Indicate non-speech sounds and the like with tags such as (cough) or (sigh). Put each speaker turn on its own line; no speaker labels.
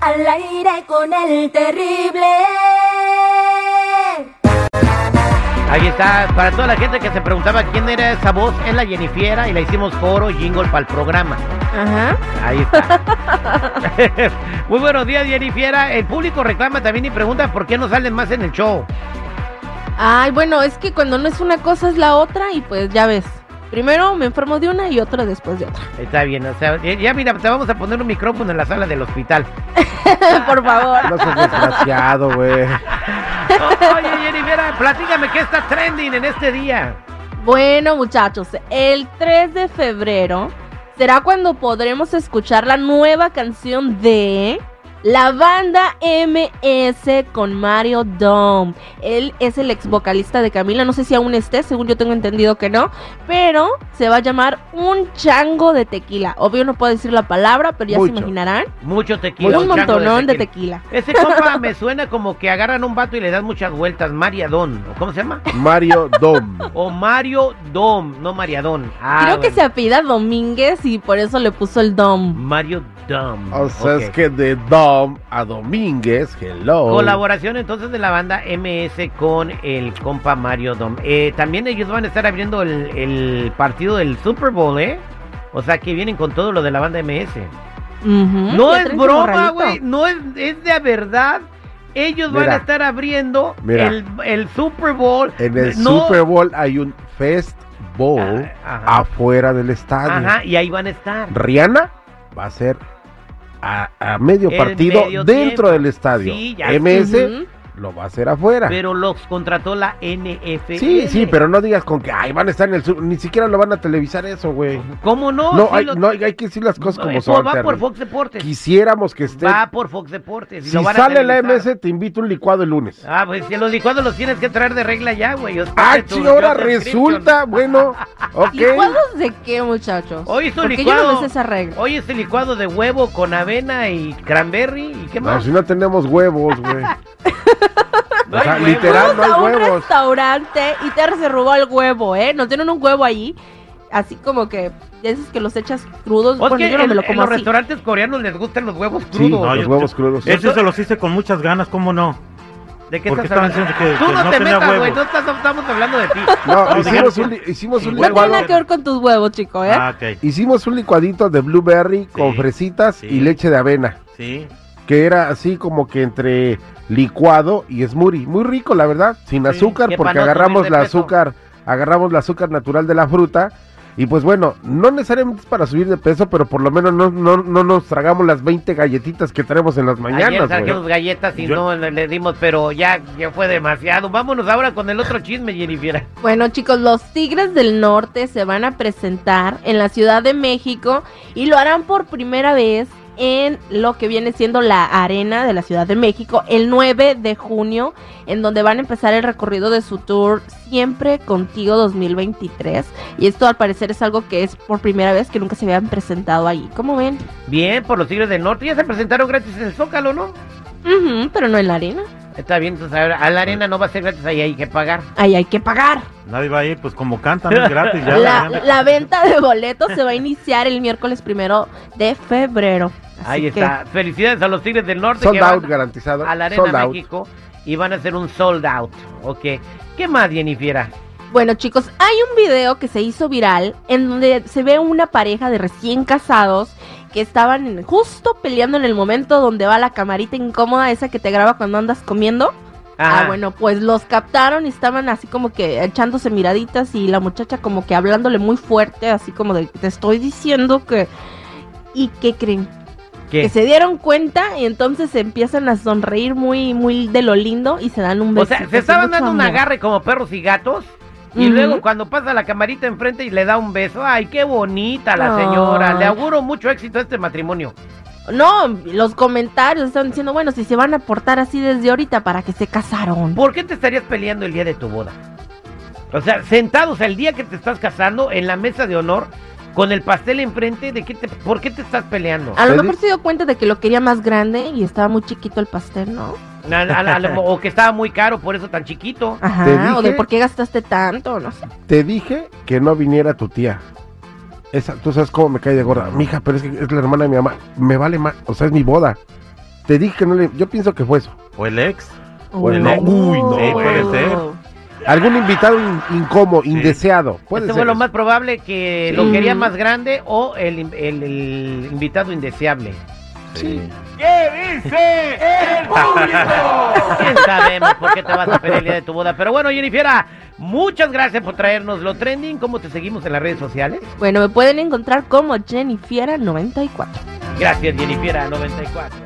Al aire con el terrible.
Ahí está, para toda la gente que se preguntaba quién era esa voz, es la Jennifiera y le hicimos foro y jingle para el programa.
Ajá.
Ahí
(laughs)
está. Muy buenos días, Jennifiera. El público reclama también y pregunta por qué no salen más en el show.
Ay, bueno, es que cuando no es una cosa es la otra y pues ya ves. Primero me enfermo de una y otra después de otra.
Está bien, o sea, eh, ya ya mira, te vamos a poner un micrófono en la sala del
(laughs)
hospital.
(laughs) Por favor.
No seas desgraciado, güey.
Oye, Jennifiera, platícame qué está trending en este día.
(laughs) Bueno, muchachos, el 3 de febrero será cuando podremos escuchar la nueva canción de la banda MS con Mario Dom. Él es el ex vocalista de Camila, no sé si aún esté, según yo tengo entendido que no, pero se va a llamar Un Chango de Tequila. Obvio no puedo decir la palabra, pero ya
Mucho.
se imaginarán.
Mucho tequila.
Pues un
chango
montonón de tequila.
Ese compa me suena como que agarran un vato y le dan muchas vueltas. Mariadón, ¿o ¿cómo se llama? (laughs)
Mario Dom.
O Mario Dom, no Mariadón. Ah,
Creo que
bueno.
se apida Domínguez y por eso le puso el Dom.
Mario Dom.
Ah, O sea, es
Ok.
que de Dom a Domínguez, hello.
Colaboración entonces de la banda MS con el compa Mario Dom. Eh, también ellos van a estar abriendo el, el partido del Super Bowl, ¿eh? O sea que vienen con todo lo de la banda MS.
Ujú,
No
Mm, ya
es
traen su
broma,
morralito.
güey. No es, es de verdad. Ellos van
Mira.
a estar abriendo
Mira.
el, el Super Bowl.
En el
No-
Super Bowl hay un Fest Bowl
Ah, ajá.
afuera del estadio.
Ajá, y ahí van a estar.
Rihanna va a ser a, a medio
El
partido
medio tiempo.
dentro del estadio.
Sí, ya
MS
Ujú.
lo va a hacer afuera.
Pero los contrató la NFL.
sí, sí, pero no digas con que ay, van a estar en el Super Ni siquiera lo van a televisar eso, güey.
¿Cómo no?
No,
Sí
hay,
lo-
no hay, hay que decir las cosas como
Eh,
son.
Va por
Terry.
Fox Deportes.
Quisiéramos que esté.
Va por Fox Deportes. y
Si
lo van a
sale la
televisar.
MS, te invito un licuado el lunes.
Ah, pues si los licuados los tienes que traer de regla ya, güey. Os-
Ah,
tu-
sí,
tu
ahora
subscription.
resulta, bueno, ok.
¿Licuados de qué, muchachos?
Hoy es un
Porque
licuado.
yo no me sé esa regla.
Hoy es el licuado de huevo con avena y cranberry. ¿Y qué
No,
más?
si no tenemos huevos, güey.
No
o
hay
sea,
huevo.
literal.
Vamos
no hay
a un
huevos.
restaurante y te se robó el huevo, ¿eh? No tienen un huevo ahí. Así como que ya dices que los echas crudos.
Es
Bueno,
Pues que
yo no
en,
me lo
en
como
los
así.
restaurantes coreanos les gustan los huevos
Sí,
crudos.
No,
los
yo-
huevos crudos.
Eso se los hice con muchas ganas, ¿cómo no?
¿De qué
¿Por qué
estás
estaban
hablando?
diciendo que-
Tú
que
no,
no
te
tenía
metas, güey.
huevo?
No estás- estamos hablando de ti.
No,
(laughs) No,
hicimos un,
dijeron
li- hicimos un
No
No tiene
licuado.
nada que ver con tus huevos, chico, ¿eh?
Ah, ok.
Hicimos un licuadito de blueberry con fresitas
sí.
y leche de avena.
Sí.
Que era así como que entre licuado y smoothie. Muy rico, la verdad. Sin
Sí,
azúcar,
que
porque
pa' no
agarramos
subir
la
de peso.
azúcar, agarramos la azúcar natural de la fruta. Y pues bueno, no necesariamente es para subir de peso, pero por lo menos no, no, no nos tragamos las 20 galletitas que tenemos en las
Ayer
mañanas, güey.
saquemos galletas y
Yo-
no le, le dimos, pero ya, ya fue demasiado. Vámonos ahora con el otro chisme, Jennifer.
Bueno, chicos, los Tigres del Norte se van a presentar en la Ciudad de México y lo harán por primera vez en lo que viene siendo la arena de la Ciudad de México el 9 de junio, en donde van a empezar el recorrido de su tour Siempre Contigo 2023. Y esto al parecer es algo que es por primera vez que nunca se habían presentado allí. ¿Cómo ven?
Bien, por los Tigres del Norte. Ya se presentaron gratis en el Zócalo, ¿no?
Ujú, pero no en la arena.
Está bien, entonces ahora a la arena no va a ser gratis, ahí hay que pagar.
Ahí hay que pagar.
Nadie va a ir, pues como
(laughs)
cantan, es gratis. Ya
La,
ya-
la venta de boletos se va a iniciar el miércoles primero de febrero. Así
ahí
que-
está. Felicidades a los Tigres del Norte
Sold
que van
out garantizado.
a la
sold
arena
out.
México y van a hacer un sold out. Ok. ¿Qué más, Jennifer? Ah,
Bueno, chicos, hay un video que se hizo viral en donde se ve una pareja de recién casados que estaban en- justo peleando en el momento donde va la camarita incómoda esa que te graba cuando andas comiendo. Ah,
Ajá.
bueno, pues los captaron y estaban así como que echándose miraditas y la muchacha como que hablándole muy fuerte, así como de te estoy diciendo que y qué creen que
¿Qué?
se dieron cuenta y entonces se empiezan a sonreír muy muy de lo lindo y se dan un
O
beso.
sea, se estaban dando un agarre como perros y gatos. Y
Ujú.
luego cuando pasa la camarita enfrente y le da un beso, ay, qué bonita la
Ay.
señora. Le auguro mucho éxito a este matrimonio.
No, los comentarios están diciendo, bueno, si se van a portar así desde ahorita, ¿para que se casaron?
¿Por qué te estarías peleando el día de tu boda? O sea, sentados el día que te estás casando en la mesa de honor con el pastel enfrente, ¿de qué te, ¿por qué te estás peleando?
A lo
Pero-
mejor se dio cuenta de que lo quería más grande y estaba muy chiquito el pastel, ¿no?
A- a- a lo- o que estaba muy caro, por eso tan chiquito. Este
Te
Ajá, o de
dije-
por qué gastaste tanto, no sé.
Te dije que no viniera tu tía. Esa, tú sabes cómo me cae de gorda. Mija, pero es que es la hermana de mi mamá. Me vale más. O sea, es mi boda. Te dije que no le. Yo pienso que fue eso.
O el ex.
Bueno, uy, no.
Sí, puede ser.
Algún invitado in- incómodo, indeseado. Puede
Esto Este
ser.
fue lo
eso.
más probable que
Sí.
lo quería
Mm.
más grande o el, in- el- el invitado indeseable.
Sí. Oh.
¿Quién sabemos por qué te vas a pelear el día de tu boda? Pero bueno, Jennifer, muchas gracias por traernos lo trending. ¿Cómo te seguimos en las redes sociales?
Bueno, me pueden encontrar como Jennifiera94.
Gracias, Jennifer 94.